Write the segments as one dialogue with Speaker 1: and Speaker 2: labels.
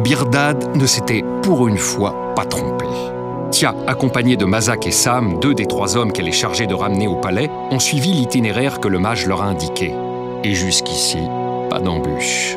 Speaker 1: Birdad ne s'était pour une fois pas trompé. Tia, accompagnée de Mazak et Sam, deux des trois hommes qu'elle est chargée de ramener au palais, ont suivi l'itinéraire que le mage leur a indiqué. Et jusqu'ici, pas d'embûche.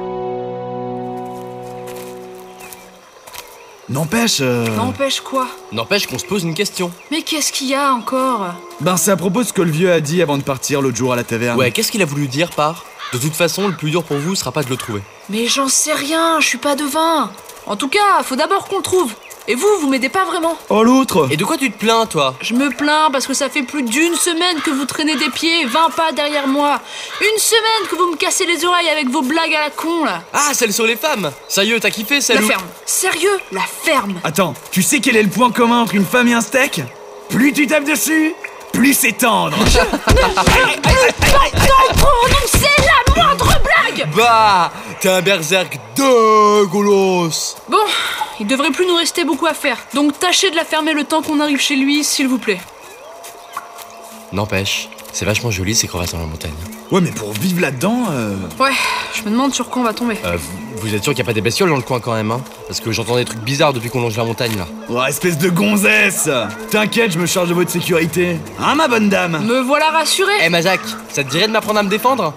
Speaker 2: N'empêche.
Speaker 3: Hmm.
Speaker 2: euh,
Speaker 4: N'empêche quoi
Speaker 3: N'empêche qu'on se pose une question.
Speaker 4: Mais qu'est-ce qu'il y a encore
Speaker 2: Ben, c'est à propos de ce que le vieux a dit avant de partir l'autre jour à la taverne.
Speaker 3: Ouais, qu'est-ce qu'il a voulu dire par De toute façon, le plus dur pour vous sera pas de le trouver.
Speaker 4: Mais j'en sais rien, je suis pas devin. En tout cas, faut d'abord qu'on le trouve. Et vous, vous m'aidez pas vraiment.
Speaker 2: Oh, l'autre
Speaker 3: Et de quoi tu te plains, toi
Speaker 4: Je me plains parce que ça fait plus d'une semaine que vous traînez des pieds 20 pas derrière moi. Une semaine que vous me cassez les oreilles avec vos blagues à la con là.
Speaker 3: Ah, celle sur les femmes Sérieux, t'as kiffé celle
Speaker 4: La
Speaker 3: où-
Speaker 4: ferme. Sérieux La ferme.
Speaker 2: Attends, tu sais quel est le point commun entre une femme et un steak Plus tu tapes dessus, plus c'est tendre
Speaker 3: Ah,
Speaker 4: Prononcez la moindre blague
Speaker 3: Bah T'es un berserk de golos
Speaker 4: Bon, il devrait plus nous rester beaucoup à faire. Donc tâchez de la fermer le temps qu'on arrive chez lui, s'il vous plaît.
Speaker 3: N'empêche, c'est vachement joli ces crevasses dans la montagne.
Speaker 2: Ouais, mais pour vivre là-dedans, euh,
Speaker 4: Ouais, je me demande sur quoi on va tomber.
Speaker 3: Euh, vous, vous êtes sûr qu'il n'y a pas des bestioles dans le coin quand même, hein Parce que j'entends des trucs bizarres depuis qu'on longe la montagne là.
Speaker 2: oh, espèce de gonzesse T'inquiète, je me charge de votre sécurité. Hein, ma bonne dame
Speaker 4: Me voilà rassurée.
Speaker 3: Eh Mazak, ça te dirait de m'apprendre à me défendre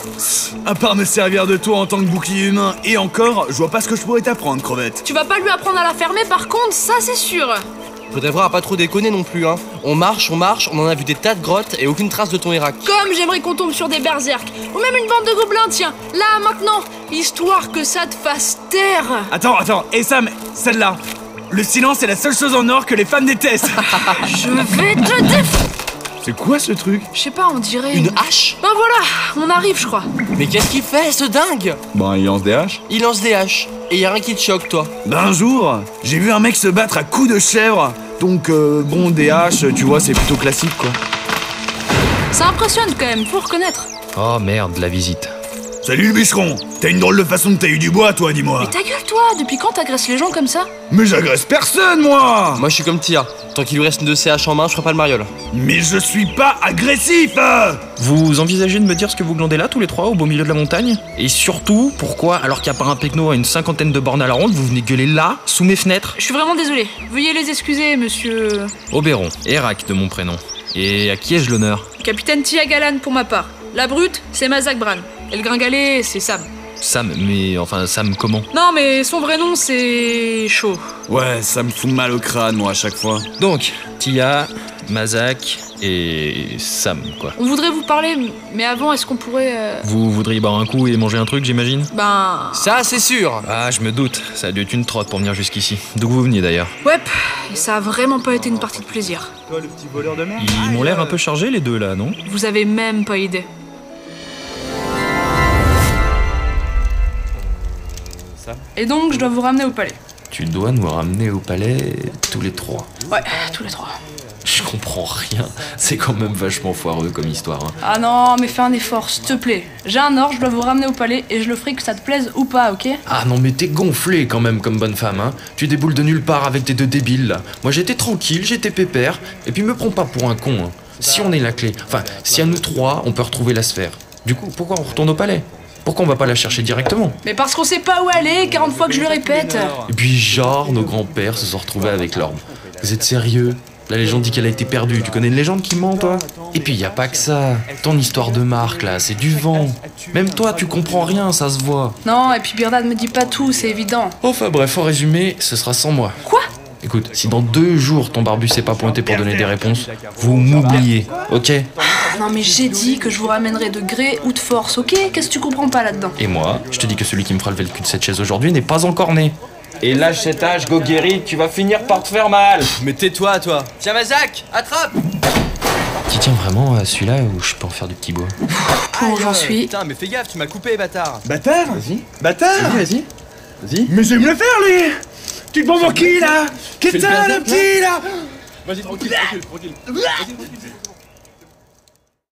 Speaker 2: À part me servir de toi en tant que bouclier humain, et encore, je vois pas ce que je pourrais t'apprendre, crevette.
Speaker 4: Tu vas pas lui apprendre à la fermer par contre, ça c'est sûr.
Speaker 3: Faudrait voir à pas trop déconner non plus, hein. On marche, on marche, on en a vu des tas de grottes et aucune trace de ton Irak.
Speaker 4: Comme j'aimerais qu'on tombe sur des berserks, ou même une bande de gobelins, tiens, là maintenant, histoire que ça te fasse taire.
Speaker 2: Attends, attends, et Sam, celle-là Le silence est la seule chose en or que les femmes détestent
Speaker 4: Je vais te déf...
Speaker 2: C'est quoi ce truc
Speaker 4: Je sais pas, on dirait...
Speaker 3: Une hache
Speaker 4: Ben voilà, on arrive je crois.
Speaker 3: Mais qu'est-ce qu'il fait ce dingue
Speaker 2: Bon, il lance des haches.
Speaker 3: Il lance des haches. Et y a rien qui te choque, toi.
Speaker 2: Ben un jour, j'ai vu un mec se battre à coups de chèvre. Donc, euh, bon, des haches, tu vois, c'est plutôt classique, quoi.
Speaker 4: Ça impressionne quand même, faut reconnaître.
Speaker 3: Oh merde, la visite.
Speaker 2: Salut le bûcheron T'as une drôle de façon de tailler du bois, toi, dis-moi
Speaker 4: Mais ta gueule toi, depuis quand t'agresses les gens comme ça
Speaker 2: Mais j'agresse personne, moi
Speaker 3: Moi je suis comme Tia. Tant qu'il lui reste une de ces haches en main, je ferai pas le mariole.
Speaker 2: Mais je suis pas agressif euh
Speaker 5: Vous envisagez de me dire ce que vous glandez là, tous les trois, au beau milieu de la montagne Et surtout, pourquoi, alors qu'il n'y a pas un pecno à une cinquantaine de bornes à la ronde, vous venez gueuler là, sous mes fenêtres
Speaker 4: Je suis vraiment désolée, veuillez les excuser monsieur...
Speaker 5: Oberon, Erac de mon prénom. Et à qui ai-je l'honneur
Speaker 4: Capitaine Tia Galan pour ma part. La brute, c'est Mazak Bran. Et le gringalet, c'est Sam.
Speaker 5: Sam, mais enfin, Sam comment
Speaker 4: Non mais son vrai nom c'est... Chaud.
Speaker 2: Ouais, ça me fout mal au crâne, moi, à chaque fois.
Speaker 5: Donc, Tia, Mazak et Sam, quoi.
Speaker 4: On voudrait vous parler, mais avant est-ce qu'on pourrait... euh,
Speaker 5: Vous voudriez boire un coup et manger un truc, j'imagine
Speaker 4: Ben...
Speaker 3: Ça, c'est sûr
Speaker 5: Ah, je me doute, ça a dû être une trotte pour venir jusqu'ici. D'où vous veniez d'ailleurs
Speaker 4: Ouais, pff, et ça a vraiment pas été une partie de plaisir.
Speaker 5: Ils m'ont l'air un peu chargés les deux là, non
Speaker 4: Vous avez même pas idée. Et donc, je dois vous ramener au palais.
Speaker 6: Tu dois nous ramener au palais tous les trois.
Speaker 4: Ouais, tous les trois.
Speaker 6: Je comprends rien. C'est quand même vachement foireux comme histoire. hein.
Speaker 4: Ah non, mais fais un effort, s'il te plaît. J'ai un or, je dois vous ramener au palais et je le ferai que ça te plaise ou pas, ok
Speaker 6: Ah non mais t'es gonflé quand même comme bonne femme. Hein. Tu déboules de nulle part avec tes deux débiles là. Moi j'étais tranquille, j'étais pépère. Et puis me prends pas pour un con. hein. Si on est la clé, enfin si à nous trois on peut retrouver la sphère. Du coup pourquoi on retourne au palais Pourquoi on va pas la chercher directement
Speaker 4: Mais parce qu'on sait pas où aller, 40 fois que je le répète.
Speaker 6: Et puis genre nos grands-pères se sont retrouvés avec l'orbe. Vous êtes sérieux La légende dit qu'elle a été perdue. Tu connais une légende qui ment toi Et puis y a pas que ça. Ton histoire de Marc là, c'est du vent. Même toi tu comprends rien, ça se voit.
Speaker 4: Non, et puis Birdad me dit pas tout, c'est évident.
Speaker 6: Enfin bref, en résumé, ce sera sans moi.
Speaker 4: Quoi
Speaker 6: Écoute, si dans deux jours ton barbu s'est pas pointé pour donner des réponses, vous m'oubliez, ok
Speaker 4: Non, mais j'ai dit que je vous ramènerai de gré ou de force, ok Qu'est-ce que tu comprends pas là-dedans
Speaker 6: Et moi, je te dis que celui qui me fera lever le cul de cette chaise aujourd'hui n'est pas encore né.
Speaker 7: Et lâche cet âge, Goguerri, tu vas finir par te faire mal
Speaker 3: Mais tais-toi, toi Tiens, Mazak, attrape
Speaker 6: Qui tient vraiment à celui-là où je peux en faire du petit bois
Speaker 4: Bon, j'en suis.
Speaker 3: Putain, mais fais gaffe, tu m'as coupé, bâtard
Speaker 2: Bâtard
Speaker 6: Vas-y.
Speaker 2: Bâtard
Speaker 6: Vas-y, vas-y.
Speaker 2: Mais je vais me le faire, lui Tu te prends pour qui, là Qu'est-ce que t'as, le petit, là